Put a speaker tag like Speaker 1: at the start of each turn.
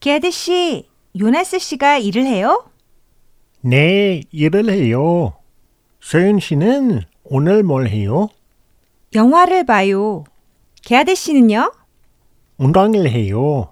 Speaker 1: 게드 씨, 요나스 씨가 일을 해요?
Speaker 2: 네, 일을 해요. 서윤 씨는 오늘 뭘 해요?
Speaker 1: 영화를 봐요. 게드 씨는요?
Speaker 2: 운동을 해요.